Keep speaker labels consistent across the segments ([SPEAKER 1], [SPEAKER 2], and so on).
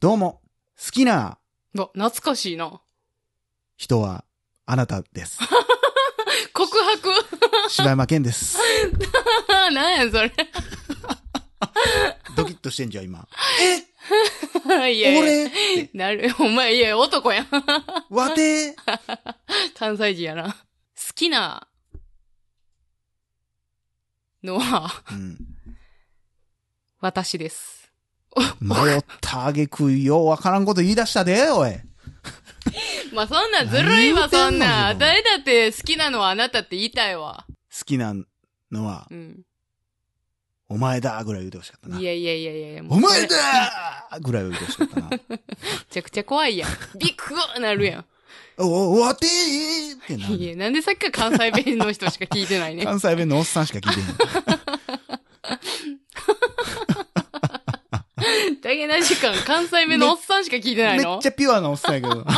[SPEAKER 1] どうも、好きな
[SPEAKER 2] わ、懐かしいな。
[SPEAKER 1] 人はあなた です。
[SPEAKER 2] 告白
[SPEAKER 1] 柴山健です。
[SPEAKER 2] なんやそれ。
[SPEAKER 1] ドキッとしてんじゃん、今。
[SPEAKER 2] いやいや
[SPEAKER 1] 俺って、
[SPEAKER 2] なる、 お前、いや、男やん。
[SPEAKER 1] わて、
[SPEAKER 2] 関西人やな。好きな、のは、
[SPEAKER 1] うん、
[SPEAKER 2] 私です。
[SPEAKER 1] 迷ったあげくようわからんこと言い出したで、おい。
[SPEAKER 2] まあ、そんなんずるい
[SPEAKER 1] 何言
[SPEAKER 2] わ、
[SPEAKER 1] うてんの
[SPEAKER 2] そんな
[SPEAKER 1] 自分
[SPEAKER 2] ん。誰だって好きなのはあなたって言いたいわ。
[SPEAKER 1] 好きなのは
[SPEAKER 2] う、ん。
[SPEAKER 1] お前だぐらい言うてほしかったな。
[SPEAKER 2] いやいやいやいやも
[SPEAKER 1] お
[SPEAKER 2] うそれ
[SPEAKER 1] 前だぐらいは言うてほしかった な。
[SPEAKER 2] めちゃくちゃ怖いやん。ビクーなるやん。
[SPEAKER 1] お、おわてーって ないる。
[SPEAKER 2] や、なんでさっきから関西弁の人しか聞いてないね。
[SPEAKER 1] 関西弁のおっさんしか聞いてへん。
[SPEAKER 2] 大変な時間、関西弁のおっさんしか聞いてない
[SPEAKER 1] めっ
[SPEAKER 2] の
[SPEAKER 1] ちゃピュアなおっさんやけ ど。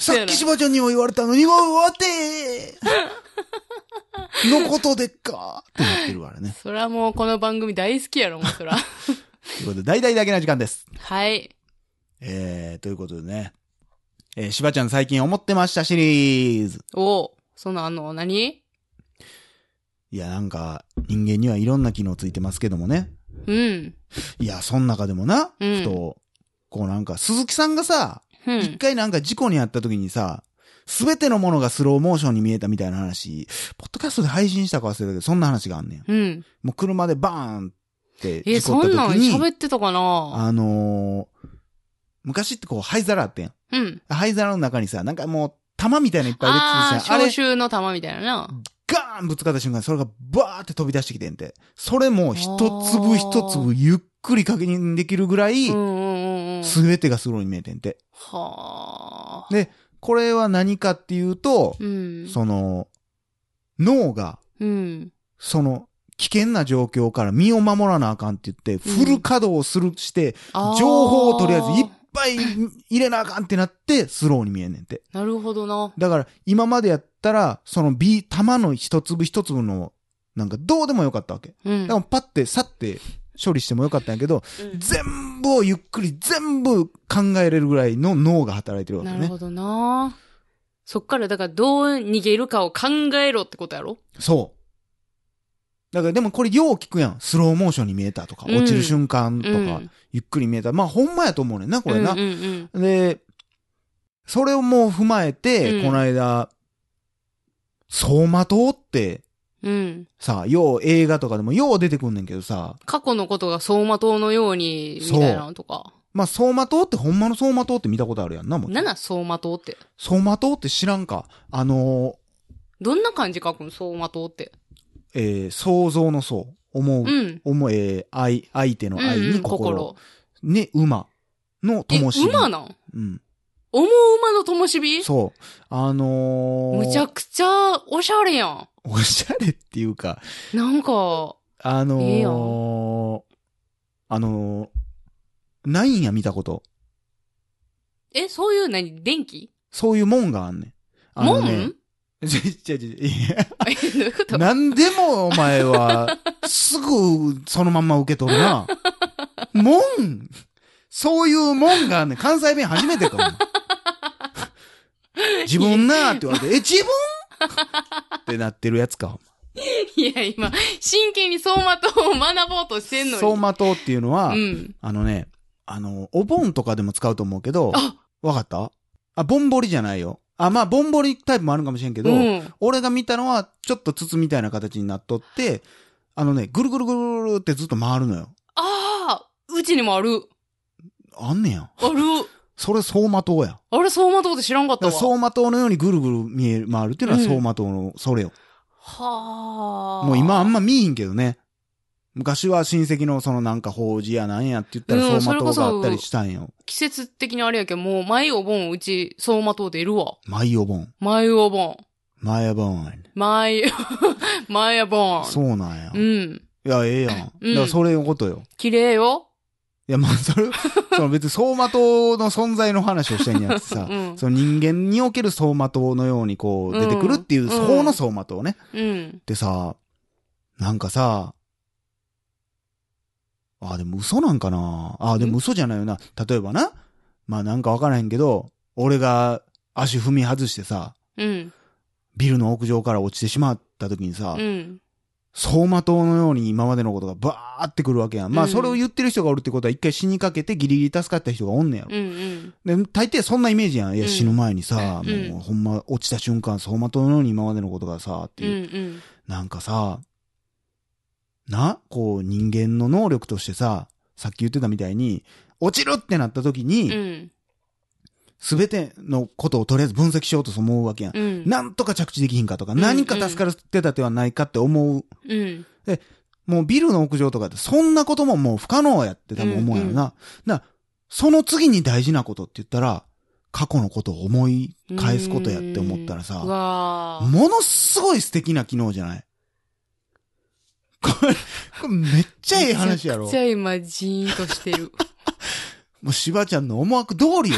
[SPEAKER 2] そ
[SPEAKER 1] さ
[SPEAKER 2] うや
[SPEAKER 1] っ
[SPEAKER 2] な
[SPEAKER 1] きしばちゃんにも言われたのに、もうわて ーのことでっかーってなってるからね。
[SPEAKER 2] そらもうこの番組大好きやろ、もう そら。
[SPEAKER 1] ということで、大々だけな時間です。
[SPEAKER 2] はい。
[SPEAKER 1] えー、ということでね。えー、しばちゃん最近思ってましたシリーズ。
[SPEAKER 2] おうそんなんあんの何
[SPEAKER 1] いや、なんか、人間にはいろんな機能ついてますけどもね。
[SPEAKER 2] うん。
[SPEAKER 1] いや、そん中でもな、
[SPEAKER 2] うん
[SPEAKER 1] ふと、こうなんか、鈴木さんがさ、
[SPEAKER 2] う
[SPEAKER 1] 一
[SPEAKER 2] ん。
[SPEAKER 1] 回なんか事故にあった時にさ、すべてのものがスローモーションに見えたみたいな話、ポッドキャストで配信したか忘れたけど、そんな話があんねん。
[SPEAKER 2] うん。
[SPEAKER 1] もう車でバーンって
[SPEAKER 2] え、
[SPEAKER 1] 事故
[SPEAKER 2] そ
[SPEAKER 1] っ
[SPEAKER 2] ん
[SPEAKER 1] た
[SPEAKER 2] なん
[SPEAKER 1] 時に、
[SPEAKER 2] 喋ってたかな
[SPEAKER 1] あのー昔ってこう灰皿あってん。
[SPEAKER 2] うん。
[SPEAKER 1] 灰皿の中にさ、なんかもう玉みたいなのいっぱい入
[SPEAKER 2] あ
[SPEAKER 1] れて
[SPEAKER 2] あ、
[SPEAKER 1] てさ、あ
[SPEAKER 2] 消
[SPEAKER 1] れ
[SPEAKER 2] 臭の玉みたいなな。
[SPEAKER 1] ガーンぶつかった瞬間、それがバーって飛び出してきてんて。それも一粒一粒ゆっくり確認できるぐらい
[SPEAKER 2] うん、うんうんうん。
[SPEAKER 1] すべてがスローに見えてんて。
[SPEAKER 2] はあ。
[SPEAKER 1] でこれは何かっていうと、
[SPEAKER 2] うん。
[SPEAKER 1] その、脳が、
[SPEAKER 2] うん。
[SPEAKER 1] その、危険な状況から身を守らなあかんって言って、フル稼働をする、して、
[SPEAKER 2] あー
[SPEAKER 1] 情報をとりあえずいっぱい入れなあかんってなって、スローに見えんねんて。
[SPEAKER 2] なるほどな。
[SPEAKER 1] だから、今までやったら、その B、玉の一粒一粒の、なんかどうでもよかったわけ。
[SPEAKER 2] うん
[SPEAKER 1] だからパッて、さって処理してもよかったんやけど、
[SPEAKER 2] う
[SPEAKER 1] 全部をゆっくり全部考えれるぐらいの脳が働いてるわ
[SPEAKER 2] ん。
[SPEAKER 1] け
[SPEAKER 2] なる
[SPEAKER 1] ね
[SPEAKER 2] ほ。どな。そっから、だからどう逃げるかを考えろってことやろ
[SPEAKER 1] そう。だからでもこれよう聞くやん。スローモーションに見えたとか、
[SPEAKER 2] うん
[SPEAKER 1] 落ちる瞬間と
[SPEAKER 2] う
[SPEAKER 1] か、
[SPEAKER 2] ん
[SPEAKER 1] ゆっくり見えた。まあほんまやと思うねんな、これな
[SPEAKER 2] うん。うん
[SPEAKER 1] で、それをもう踏まえて、
[SPEAKER 2] うん
[SPEAKER 1] この間、走馬灯って、
[SPEAKER 2] うん。うん。
[SPEAKER 1] さ、よう映画とかでもよう出てくんねんけどさ、
[SPEAKER 2] 過去のことが走馬灯のように、みたいなのとか。
[SPEAKER 1] まあ走馬灯ってほんまの走馬灯って見たことあるやんな、もう。
[SPEAKER 2] なんなん走馬灯って。
[SPEAKER 1] 走馬灯って知らんか。あの
[SPEAKER 2] どんな感じ書くの走馬灯って。
[SPEAKER 1] ー、えー想像の想、思う、
[SPEAKER 2] うん。
[SPEAKER 1] 思えー愛、相手の
[SPEAKER 2] うん
[SPEAKER 1] 愛
[SPEAKER 2] う
[SPEAKER 1] に
[SPEAKER 2] ん、
[SPEAKER 1] 心。
[SPEAKER 2] 心。
[SPEAKER 1] ね、馬の
[SPEAKER 2] え、
[SPEAKER 1] 灯火。
[SPEAKER 2] 馬なん
[SPEAKER 1] うん。
[SPEAKER 2] 思う馬の灯火
[SPEAKER 1] そう。あのー、
[SPEAKER 2] むちゃくちゃおしゃれやん。
[SPEAKER 1] おしゃれっていうか、
[SPEAKER 2] なんか、
[SPEAKER 1] あのー、
[SPEAKER 2] ええや
[SPEAKER 1] あのー、ないんや見たこと。
[SPEAKER 2] え、そういう何電気
[SPEAKER 1] そういうもんがあんねん。あの
[SPEAKER 2] 門
[SPEAKER 1] ね、ちょちょちょいや
[SPEAKER 2] え、どういうこと
[SPEAKER 1] なんでもお前 は、すぐそのまんま受け取るな。もんそういうもんがあんねん。関西弁初めてかお 前。自分なーって言われて、え、自分ってなってるやつか。
[SPEAKER 2] いや、今、真剣に走馬灯を学ぼうとしてんのに。
[SPEAKER 1] 走馬灯っていうのは、
[SPEAKER 2] うん。
[SPEAKER 1] あのね、あの、お盆とかでも使うと思うけど、
[SPEAKER 2] あ
[SPEAKER 1] わかったあ、ぼんぼりじゃないよ。あ、まあ、ぼんぼりタイプもあるかもしれんけど、
[SPEAKER 2] うん。
[SPEAKER 1] 俺が見たのは、ちょっと筒みたいな形になっとって、あのね、ぐるぐるぐるぐるってずっと回るのよ。
[SPEAKER 2] ああ、うちにもある。
[SPEAKER 1] あんねや。
[SPEAKER 2] ある。
[SPEAKER 1] それ走馬灯や。
[SPEAKER 2] あれ、走馬灯って知らんかっ
[SPEAKER 1] だか
[SPEAKER 2] た
[SPEAKER 1] ら
[SPEAKER 2] わ。
[SPEAKER 1] 走馬灯のようにぐるぐる見える、回るっていうのは
[SPEAKER 2] うん
[SPEAKER 1] 走馬灯の、それよ。
[SPEAKER 2] はあ。
[SPEAKER 1] もう今あんま見えんけどね。昔は親戚のそのなんか法事やなんやって言ったら
[SPEAKER 2] うん
[SPEAKER 1] 走馬灯
[SPEAKER 2] それ
[SPEAKER 1] が
[SPEAKER 2] こそ
[SPEAKER 1] あったりしたんよ。
[SPEAKER 2] 季節的にあれやけど、もう、毎お盆、うち、走馬灯でいるわ。
[SPEAKER 1] 毎お盆。
[SPEAKER 2] 毎お盆。
[SPEAKER 1] 前盆。
[SPEAKER 2] 毎、 毎お盆。
[SPEAKER 1] そうなんや。
[SPEAKER 2] う
[SPEAKER 1] い
[SPEAKER 2] ん。
[SPEAKER 1] や、ええやん。だか
[SPEAKER 2] うん
[SPEAKER 1] らそれのことよ。
[SPEAKER 2] 綺麗よ。
[SPEAKER 1] いや、まあ、そ れ、その別に走馬灯の存在の話をしてんやつさ
[SPEAKER 2] う、ん。
[SPEAKER 1] その人間における走馬灯のようにこう出てくるっていう、
[SPEAKER 2] うん
[SPEAKER 1] そこの走馬灯ね。
[SPEAKER 2] うん。
[SPEAKER 1] でさ、なんかさ、ああ、でも嘘なんかな。ああ、でも嘘じゃないよな。例えばな。まあなんかわからへんけど、俺が足踏み外してさ、
[SPEAKER 2] うん。
[SPEAKER 1] ビルの屋上から落ちてしまった時にさ、
[SPEAKER 2] うん。
[SPEAKER 1] 走馬灯のように今までのことがバーってくるわけやん。まあ
[SPEAKER 2] うん
[SPEAKER 1] それを言ってる人がおるってことは一回死にかけてギリギリ助かった人がおんねやろ。
[SPEAKER 2] うん。うん。
[SPEAKER 1] で、大抵そんなイメージやん。いや、
[SPEAKER 2] うん
[SPEAKER 1] 死ぬ前にさ、
[SPEAKER 2] うん
[SPEAKER 1] もうほんま落ちた瞬間、走馬灯のように今までのことがさ、って
[SPEAKER 2] う
[SPEAKER 1] いう。
[SPEAKER 2] ん。
[SPEAKER 1] なんかさ、な、こう人間の能力としてさ、さっき言ってたみたいに、落ちるってなった時
[SPEAKER 2] うん。う
[SPEAKER 1] に、
[SPEAKER 2] ん。
[SPEAKER 1] すべてのことをとりあえず分析しようと思うわけやん。
[SPEAKER 2] うん。
[SPEAKER 1] なんとか着地できひんかとか、
[SPEAKER 2] うん
[SPEAKER 1] 何か助かる手立てはないかって思う
[SPEAKER 2] うん。
[SPEAKER 1] もうビルの屋上とかって、そんなことももう不可能やって多分思うやろな。だからその次に大事なことって言ったら、過去のことを思い返すことやって思ったら
[SPEAKER 2] う
[SPEAKER 1] さ、
[SPEAKER 2] わー
[SPEAKER 1] ものすごい素敵な機能じゃないこれ、これめっちゃええ話やろ。
[SPEAKER 2] め
[SPEAKER 1] も
[SPEAKER 2] ちゃくちゃ今、ジーンとして る。
[SPEAKER 1] うしばちゃんの思惑通りよ、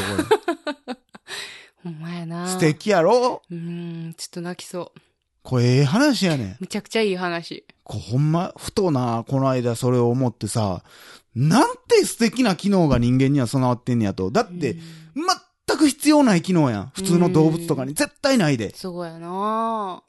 [SPEAKER 2] ほんまや
[SPEAKER 1] こ
[SPEAKER 2] な。
[SPEAKER 1] れ。素。敵やろ
[SPEAKER 2] うーん、ちょっと泣きそう。
[SPEAKER 1] これええ話やねん。
[SPEAKER 2] めちゃくちゃいい話。
[SPEAKER 1] こうほんま、ふとな、この間それを思ってさ、なんて素敵な機能が人間には備わってんねやと。だって、
[SPEAKER 2] うん、
[SPEAKER 1] 全く必要ない機能やん。普通の動物とかに絶対ないで。
[SPEAKER 2] そうやな。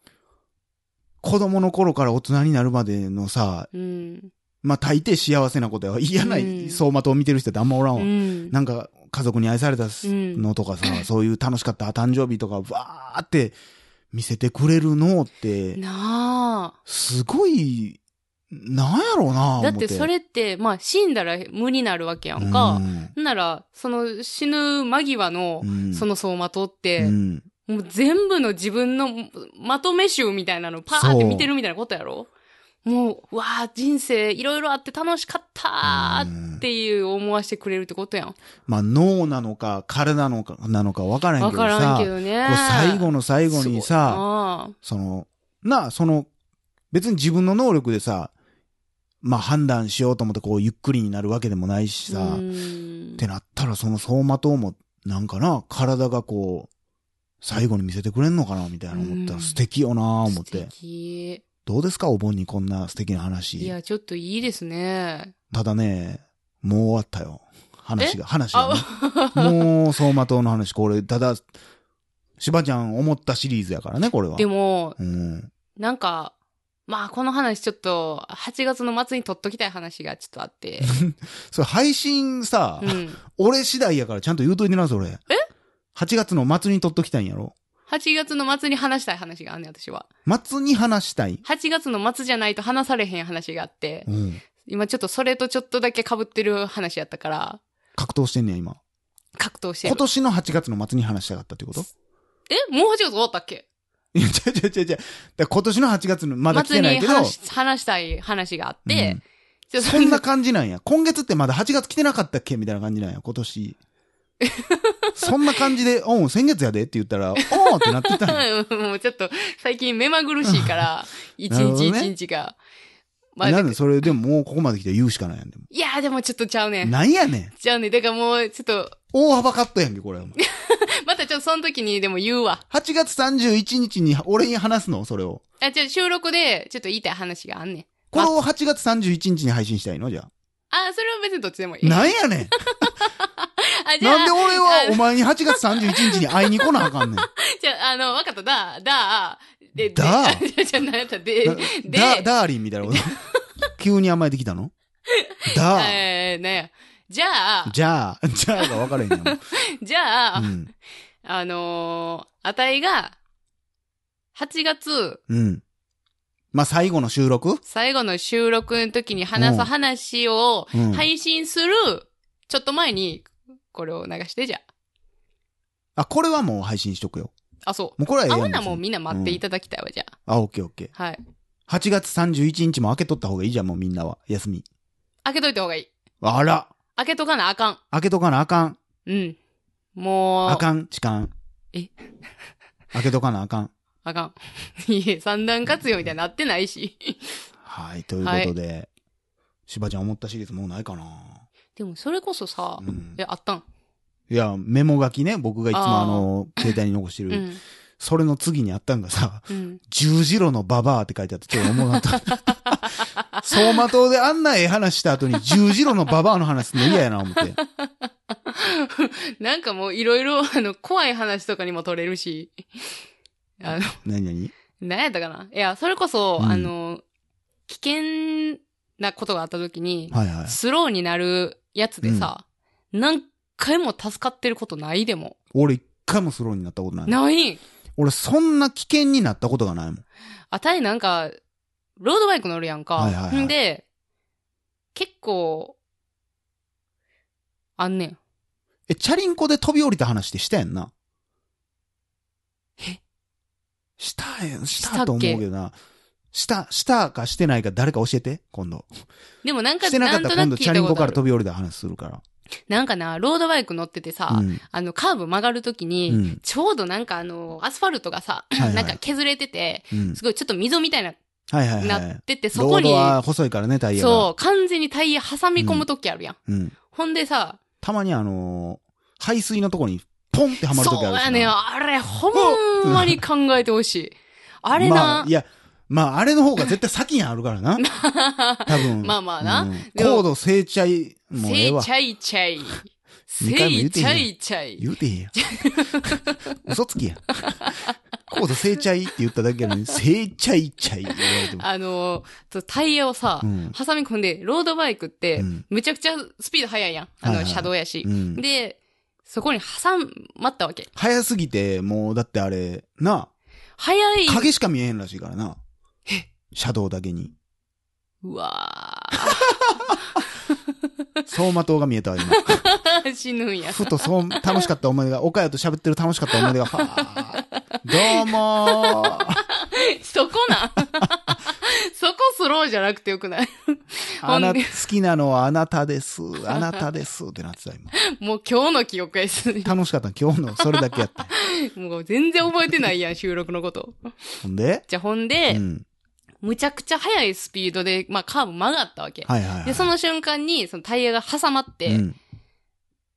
[SPEAKER 1] 子供の頃から大人になるまでのさ、
[SPEAKER 2] うん。
[SPEAKER 1] まあ、大抵幸せなことや。嫌な
[SPEAKER 2] うん
[SPEAKER 1] 走馬灯を見てる人ってあんまおらん
[SPEAKER 2] う
[SPEAKER 1] わ。
[SPEAKER 2] ん。
[SPEAKER 1] なんか、家族に愛された
[SPEAKER 2] うん
[SPEAKER 1] のとかさ、そういう楽しかった 誕生日とか、わーって見せてくれるのって、
[SPEAKER 2] な
[SPEAKER 1] すごい、なんやろうな
[SPEAKER 2] あ。だってそれって、まあ死んだら無になるわけやんか。ほんなら、その死ぬ間際の、そ
[SPEAKER 1] の、
[SPEAKER 2] の走馬灯っ
[SPEAKER 1] う
[SPEAKER 2] て、
[SPEAKER 1] ん
[SPEAKER 2] もう全部の自分のまとめ集みたいなのパーって見てるみたいなことやろもう、うわあ、人生いろいろあって楽しかったー
[SPEAKER 1] うん
[SPEAKER 2] っていう思わせてくれるってことやん。
[SPEAKER 1] まあ、脳なのか、体なのか、なのか分からへん
[SPEAKER 2] わ
[SPEAKER 1] けどさ。
[SPEAKER 2] からんけどね
[SPEAKER 1] こう。最後の最後にさ、
[SPEAKER 2] さ、
[SPEAKER 1] その、なあ、その、別に自分の能力でさ、まあ判断しようと思ってこうゆっくりになるわけでもないしさ、
[SPEAKER 2] う
[SPEAKER 1] っ
[SPEAKER 2] ん
[SPEAKER 1] てなったらその走馬灯も、なんかな、体がこう、最後に見せてくれんのかなみたいな思ったら
[SPEAKER 2] うん
[SPEAKER 1] 素敵よなあ思っ
[SPEAKER 2] 素
[SPEAKER 1] て。
[SPEAKER 2] 敵
[SPEAKER 1] どうですかお盆にこんな素敵ない話。
[SPEAKER 2] や、ちょっといいですね。
[SPEAKER 1] ただね、もう終わったよ。話が、話が、ね。
[SPEAKER 2] あ、
[SPEAKER 1] もう走馬灯の話、これ、ただ、しばちゃん思ったシリーズやからね、これは。
[SPEAKER 2] でも、
[SPEAKER 1] うん。
[SPEAKER 2] なんか、まあこの話ちょっと、8月の末に取っときたい話がちょっと あって。
[SPEAKER 1] それ配信さ、
[SPEAKER 2] うん。
[SPEAKER 1] 俺次第やからちゃんと言うといてな、それ。え ?8 月の末に撮っときたいんやろ
[SPEAKER 2] 8月の末に話したい話があんねん、私は。
[SPEAKER 1] 末に話したい。
[SPEAKER 2] 8月の末じゃないと話されへん話があって
[SPEAKER 1] う、ん。
[SPEAKER 2] 今ちょっとそれとちょっとだけ被ってる話やったから、
[SPEAKER 1] 格闘してんねや、今。
[SPEAKER 2] 格闘してる
[SPEAKER 1] 今。年の8月の末に話したかったってこと
[SPEAKER 2] えもう8月終わったっけ
[SPEAKER 1] いや、ちゃうちゃうちゃうちゃう。だから今年の8月の、まだ来て
[SPEAKER 2] 末
[SPEAKER 1] ない
[SPEAKER 2] に
[SPEAKER 1] けど。
[SPEAKER 2] 話し話したい話があっ
[SPEAKER 1] う
[SPEAKER 2] て
[SPEAKER 1] ん、
[SPEAKER 2] ちょっと
[SPEAKER 1] そんな感じなんや。今月ってまだ8月来てなかったっけみたいな感じなんや、今 年。そんな感じで、おん、先月やでって言ったら、おーってなってたん や。
[SPEAKER 2] うん もうちょっと最近目まぐるしい から、一
[SPEAKER 1] なるほ
[SPEAKER 2] 日
[SPEAKER 1] ど
[SPEAKER 2] 一
[SPEAKER 1] ね
[SPEAKER 2] 日が。まあ、
[SPEAKER 1] なんでそれでももうここまで来て言うしかないやん。でも
[SPEAKER 2] いや、でもちょっとちゃうねん。
[SPEAKER 1] なんやねん。
[SPEAKER 2] ちゃうねん。だからもうちょっと、
[SPEAKER 1] 大幅カットやんけ、これ。お前
[SPEAKER 2] またちょっとその時にでも言うわ。
[SPEAKER 1] 8月31日に俺に話すのそれを。
[SPEAKER 2] あ、じゃあ収録でちょっと言いたい話があんねん。
[SPEAKER 1] これを8月31日に配信したいのじゃあ。
[SPEAKER 2] あ、それは別にどっちでもいい。あ、
[SPEAKER 1] なんやねん
[SPEAKER 2] じゃあ、
[SPEAKER 1] なんで俺
[SPEAKER 2] あ
[SPEAKER 1] はお前に8月31日に会いに来なあかん ねん。
[SPEAKER 2] じゃあ、あの、わかった、だ、だ、で、で
[SPEAKER 1] だ
[SPEAKER 2] じゃあ、じゃあ、なんやった、で、で、
[SPEAKER 1] だ、ダーリンみたいなこと。急に甘えてきた のだ、
[SPEAKER 2] えー、なんや。じゃあ、
[SPEAKER 1] じゃあ、じゃあが分かれへんやん。もう
[SPEAKER 2] じ ゃあ、
[SPEAKER 1] うん。
[SPEAKER 2] あのー、あたいが、8月
[SPEAKER 1] うん。まあ、最後の収録
[SPEAKER 2] 最後の収録の時に話す話を
[SPEAKER 1] うん。
[SPEAKER 2] 配信する、ちょっと前に、これを流して、じゃ
[SPEAKER 1] あ、これはもう配信しとくよ。
[SPEAKER 2] あ。あ、そう。
[SPEAKER 1] もうこれはええ
[SPEAKER 2] あ、
[SPEAKER 1] やん
[SPEAKER 2] ほんなら
[SPEAKER 1] 別に
[SPEAKER 2] もうみんな待っていただきたいわ、じゃ
[SPEAKER 1] あ、オッケーオッケー。
[SPEAKER 2] あ。はい。
[SPEAKER 1] 8月31日も開けとった方がいいじゃん、もうみんなは。休み。
[SPEAKER 2] 開けといた方がいい。
[SPEAKER 1] あら。
[SPEAKER 2] 開けとかなあかん。
[SPEAKER 1] 開けとかなあかん。
[SPEAKER 2] うん。もう。
[SPEAKER 1] あかん、痴漢。
[SPEAKER 2] え
[SPEAKER 1] 開けとかなあかん。
[SPEAKER 2] あかん。 いえ、三段活用みたいになってないし。
[SPEAKER 1] はい、ということで、しばちゃん思ったシリーズもうないかな。
[SPEAKER 2] でも、それこそさ、
[SPEAKER 1] うん
[SPEAKER 2] え、あったん
[SPEAKER 1] いや、メモ書きね、僕がいつも
[SPEAKER 2] あー
[SPEAKER 1] あの、携帯に残して
[SPEAKER 2] う
[SPEAKER 1] る、
[SPEAKER 2] ん。
[SPEAKER 1] それの次にあったんがさ、
[SPEAKER 2] うん。
[SPEAKER 1] 十字路のババアって書いてあって、ちょっと思わなかった。走馬灯であんなええ話した後に十字路のババアの話すんの嫌やな、思って。
[SPEAKER 2] なんかもういろいろ、 あの、怖い話とかにも取れるし。あの、
[SPEAKER 1] 何々
[SPEAKER 2] 何やったかないや、それこそ、
[SPEAKER 1] うん
[SPEAKER 2] あの、危険なことがあった時に、
[SPEAKER 1] はいはい。
[SPEAKER 2] スローになるやつでさ、何回も助かってることないでも。
[SPEAKER 1] 俺一回もスローになったことない。
[SPEAKER 2] ない
[SPEAKER 1] 俺そんな危険になったことがないもん。
[SPEAKER 2] あたいなんか、ロードバイク乗るやんか。
[SPEAKER 1] はいはいはい
[SPEAKER 2] んで、結構、あんねん。
[SPEAKER 1] え、チャリンコで飛び降りた話ってしたやんな。
[SPEAKER 2] え
[SPEAKER 1] したやん、したと思うけどな。した、したかしてないか誰か教えて、今度。
[SPEAKER 2] でもなんか、
[SPEAKER 1] してなか
[SPEAKER 2] な
[SPEAKER 1] っ
[SPEAKER 2] ん
[SPEAKER 1] た
[SPEAKER 2] と
[SPEAKER 1] ら
[SPEAKER 2] な
[SPEAKER 1] 今
[SPEAKER 2] く
[SPEAKER 1] 度チ
[SPEAKER 2] 聞い
[SPEAKER 1] ャリ
[SPEAKER 2] た
[SPEAKER 1] ン
[SPEAKER 2] こ
[SPEAKER 1] コ
[SPEAKER 2] と
[SPEAKER 1] か
[SPEAKER 2] あ
[SPEAKER 1] ら
[SPEAKER 2] る
[SPEAKER 1] 飛。び降りた話するから。
[SPEAKER 2] なんかな、ロードバイク乗っててさ、
[SPEAKER 1] うん。
[SPEAKER 2] あの、カーブ曲がるときに、
[SPEAKER 1] うん
[SPEAKER 2] ちょうどなんかあの、アスファルトがさ、
[SPEAKER 1] いはい
[SPEAKER 2] なんか削れてて、
[SPEAKER 1] うん。
[SPEAKER 2] すごいちょっと溝みたいな、
[SPEAKER 1] はいはいは
[SPEAKER 2] なっ
[SPEAKER 1] い。
[SPEAKER 2] てて、そ
[SPEAKER 1] ロ
[SPEAKER 2] こ
[SPEAKER 1] ー
[SPEAKER 2] に
[SPEAKER 1] ド、は細いからね、タイヤが。
[SPEAKER 2] そう、完全にタイヤ挟み込むときあるやん。
[SPEAKER 1] う。うん。
[SPEAKER 2] ほんでさ、
[SPEAKER 1] たまにあのー排水のとこにポンってはまると
[SPEAKER 2] そ
[SPEAKER 1] きあ
[SPEAKER 2] う
[SPEAKER 1] るしな
[SPEAKER 2] やねんあれ、ほんまに考えてほしい。あれな、
[SPEAKER 1] まあ、いや、まあ、あれの方が絶対先にあるから な。多分。
[SPEAKER 2] まあまあな
[SPEAKER 1] うん
[SPEAKER 2] でも
[SPEAKER 1] 高度成長い、もうえ
[SPEAKER 2] せ
[SPEAKER 1] え
[SPEAKER 2] い
[SPEAKER 1] わ
[SPEAKER 2] ち。ゃいちゃい。せ
[SPEAKER 1] 二回も言
[SPEAKER 2] いう
[SPEAKER 1] て
[SPEAKER 2] ち
[SPEAKER 1] へんや
[SPEAKER 2] ゃ
[SPEAKER 1] ん
[SPEAKER 2] いちゃい。
[SPEAKER 1] 言うてへんやん。嘘つきやん。高度成長いって言っただけやのに、成長いちゃいって言われても。
[SPEAKER 2] あのー、タイヤをさ、
[SPEAKER 1] うん
[SPEAKER 2] 挟み込んで、ロードバイクって、
[SPEAKER 1] うん
[SPEAKER 2] むちゃくちゃスピード速いやん。
[SPEAKER 1] は
[SPEAKER 2] あ
[SPEAKER 1] い
[SPEAKER 2] の、
[SPEAKER 1] はい
[SPEAKER 2] 車道やし
[SPEAKER 1] う。ん。
[SPEAKER 2] で、そこに挟まったわけ。
[SPEAKER 1] 早すぎて、もう、だってあれ、な、
[SPEAKER 2] 速い。
[SPEAKER 1] 影しか見えへんらしいからな。シャドウだけに。
[SPEAKER 2] うわ
[SPEAKER 1] 走馬灯が見えた わ、今。
[SPEAKER 2] ー。死ぬんや。
[SPEAKER 1] ふとそう、楽しかった思い出が、岡谷と喋ってる楽しかった思い出が、ファーどうも ー。
[SPEAKER 2] そこなん そこスローじゃなくてよくない
[SPEAKER 1] あな、
[SPEAKER 2] ほん
[SPEAKER 1] 好
[SPEAKER 2] で
[SPEAKER 1] きなのはあなたです。あなたです。ってなってた、今。
[SPEAKER 2] もう今日の記憶やす。
[SPEAKER 1] 楽しかったの今日の、それだけやった。
[SPEAKER 2] もう全然覚えてないやん、収録のこと。
[SPEAKER 1] ほんで
[SPEAKER 2] じゃあほん
[SPEAKER 1] う
[SPEAKER 2] で、
[SPEAKER 1] ん。
[SPEAKER 2] むちゃくちゃ速いスピードで、まあカーブ曲がったわけ。
[SPEAKER 1] はいはい、はい。
[SPEAKER 2] で、その瞬間に、そのタイヤが挟まって、
[SPEAKER 1] うん。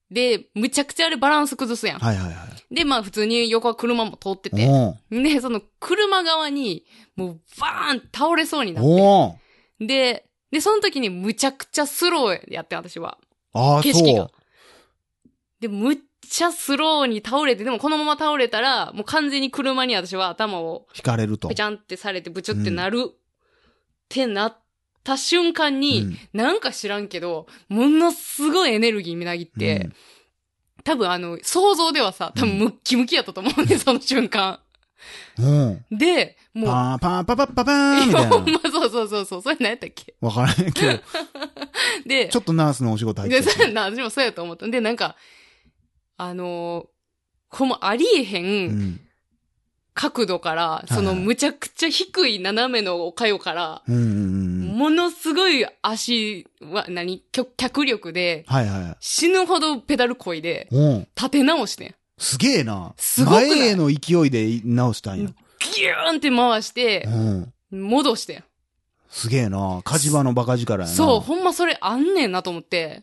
[SPEAKER 2] で、むちゃくちゃあれバランス崩すやん。
[SPEAKER 1] はいはいはい。
[SPEAKER 2] で、まあ普通に横は車も通ってて、
[SPEAKER 1] おー
[SPEAKER 2] で、その車側に、もうバーン倒れそうになって、
[SPEAKER 1] おー
[SPEAKER 2] で、で、その時にむちゃくちゃスローやってん、私は。
[SPEAKER 1] ああ、
[SPEAKER 2] 景色
[SPEAKER 1] そ
[SPEAKER 2] が
[SPEAKER 1] う。
[SPEAKER 2] で、むっちゃスローに倒れて、でもこのまま倒れたら、もう完全に車に私は頭を
[SPEAKER 1] 惹かれると。
[SPEAKER 2] ぺちゃんってされて、ぶちょってなる、ってなった瞬間に、
[SPEAKER 1] うん
[SPEAKER 2] なんか知らんけど、ものすごいエネルギーみなぎって、
[SPEAKER 1] うん
[SPEAKER 2] 多分あの、想像ではさ、多分ムッキムキやったと思う ね、その瞬間。
[SPEAKER 1] うん。
[SPEAKER 2] で、もう、
[SPEAKER 1] パーパーパパパパーンみたい
[SPEAKER 2] ほん
[SPEAKER 1] な。
[SPEAKER 2] ま、そうそうそうそう、それ何やったっけ
[SPEAKER 1] わからへんけ ど、
[SPEAKER 2] で、
[SPEAKER 1] ちょっとナースのお仕事入って
[SPEAKER 2] で、
[SPEAKER 1] た
[SPEAKER 2] そう
[SPEAKER 1] し。
[SPEAKER 2] やな、私もそうやと思った。で、なんか、あのー、このありえへ
[SPEAKER 1] うんん。
[SPEAKER 2] 角度から、その
[SPEAKER 1] はいはい
[SPEAKER 2] むちゃくちゃ低い斜めのおかよから、
[SPEAKER 1] うんうんうん。
[SPEAKER 2] ものすごい足は、何、脚脚力で、
[SPEAKER 1] はいはいはい。
[SPEAKER 2] 死ぬほどペダルこいで、
[SPEAKER 1] おん。
[SPEAKER 2] 立て直してん。
[SPEAKER 1] すげえな。
[SPEAKER 2] すごくない
[SPEAKER 1] 前への勢いで直したんや。
[SPEAKER 2] ギューンって回して
[SPEAKER 1] う、ん。
[SPEAKER 2] 戻してん。
[SPEAKER 1] すげえな。火事場のバカ力やな。
[SPEAKER 2] そう、ほんまそれあんねんなと思って。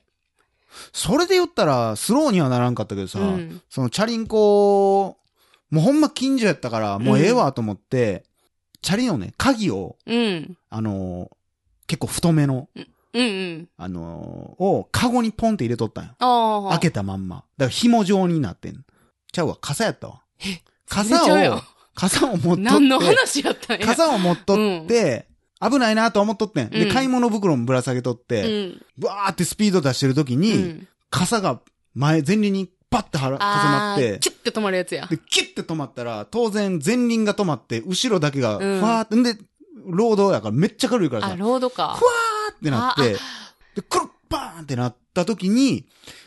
[SPEAKER 1] それで言ったら、スローにはならんかったけどさ、
[SPEAKER 2] うん
[SPEAKER 1] そのチャリンコ、もうほんま近所やったから、もうええわと思って、チャリのね、鍵を、
[SPEAKER 2] うん。
[SPEAKER 1] あのー結構太めの、
[SPEAKER 2] うんうん。
[SPEAKER 1] あのーを、カゴにポンって入れとったんよ。
[SPEAKER 2] ああ。
[SPEAKER 1] 開けたまんま。だから紐状になってん。ちゃうわ、傘やったわ。傘
[SPEAKER 2] 全然ちゃう
[SPEAKER 1] を
[SPEAKER 2] よ、
[SPEAKER 1] 傘を持っとって。
[SPEAKER 2] 何の話やったんや。
[SPEAKER 1] 傘を持っとって、危ないなと思っとってん。で、
[SPEAKER 2] うん
[SPEAKER 1] 買い物袋もぶら下げとっ
[SPEAKER 2] う
[SPEAKER 1] て、
[SPEAKER 2] ん。
[SPEAKER 1] ブわーってスピード出してる時
[SPEAKER 2] う
[SPEAKER 1] に、
[SPEAKER 2] ん。
[SPEAKER 1] 傘が前、前輪にパッてはら重なっ
[SPEAKER 2] ああ
[SPEAKER 1] て
[SPEAKER 2] ー、キュッて止まるやつや。
[SPEAKER 1] で、キュッて止まったら、当然前輪が止まって、後ろだけが、ふ
[SPEAKER 2] うん
[SPEAKER 1] わーって、んで、ロードやからめっちゃ軽いからさ、
[SPEAKER 2] あ、
[SPEAKER 1] ふわ
[SPEAKER 2] ロードか。
[SPEAKER 1] ーってなって、で、くるっバーンってなった時に、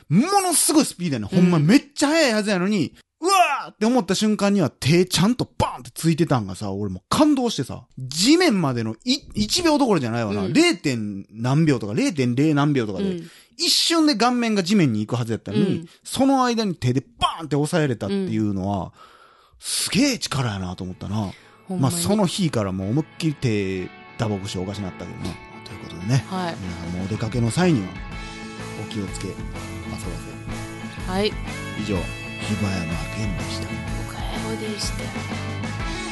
[SPEAKER 1] ものすごいスピードやねん。ほんま
[SPEAKER 2] うん
[SPEAKER 1] めっちゃ速いはずやのに、うわーって思った瞬間には手ちゃんとバーンってついてたんがさ、俺もう感動してさ、地面までのい1秒どころじゃないわな。
[SPEAKER 2] うん
[SPEAKER 1] 0. 点何秒とか0.0何秒とか
[SPEAKER 2] う
[SPEAKER 1] で、
[SPEAKER 2] ん。
[SPEAKER 1] 一瞬で顔面が地面に行くはずやったのに、
[SPEAKER 2] うん
[SPEAKER 1] その間に手でバーンって押さえれたっていうのは、すげえ力やなと思ったな。
[SPEAKER 2] ほん
[SPEAKER 1] ま
[SPEAKER 2] ま
[SPEAKER 1] あ
[SPEAKER 2] に
[SPEAKER 1] その日からもう思いっきり手打撲しておかしなったけどな。ということでね、
[SPEAKER 2] はい。
[SPEAKER 1] 皆さんもお出かけの際にはお気をつけ、まさ
[SPEAKER 2] はい。
[SPEAKER 1] 以上、ひばやまけんでした。
[SPEAKER 2] おかようでした。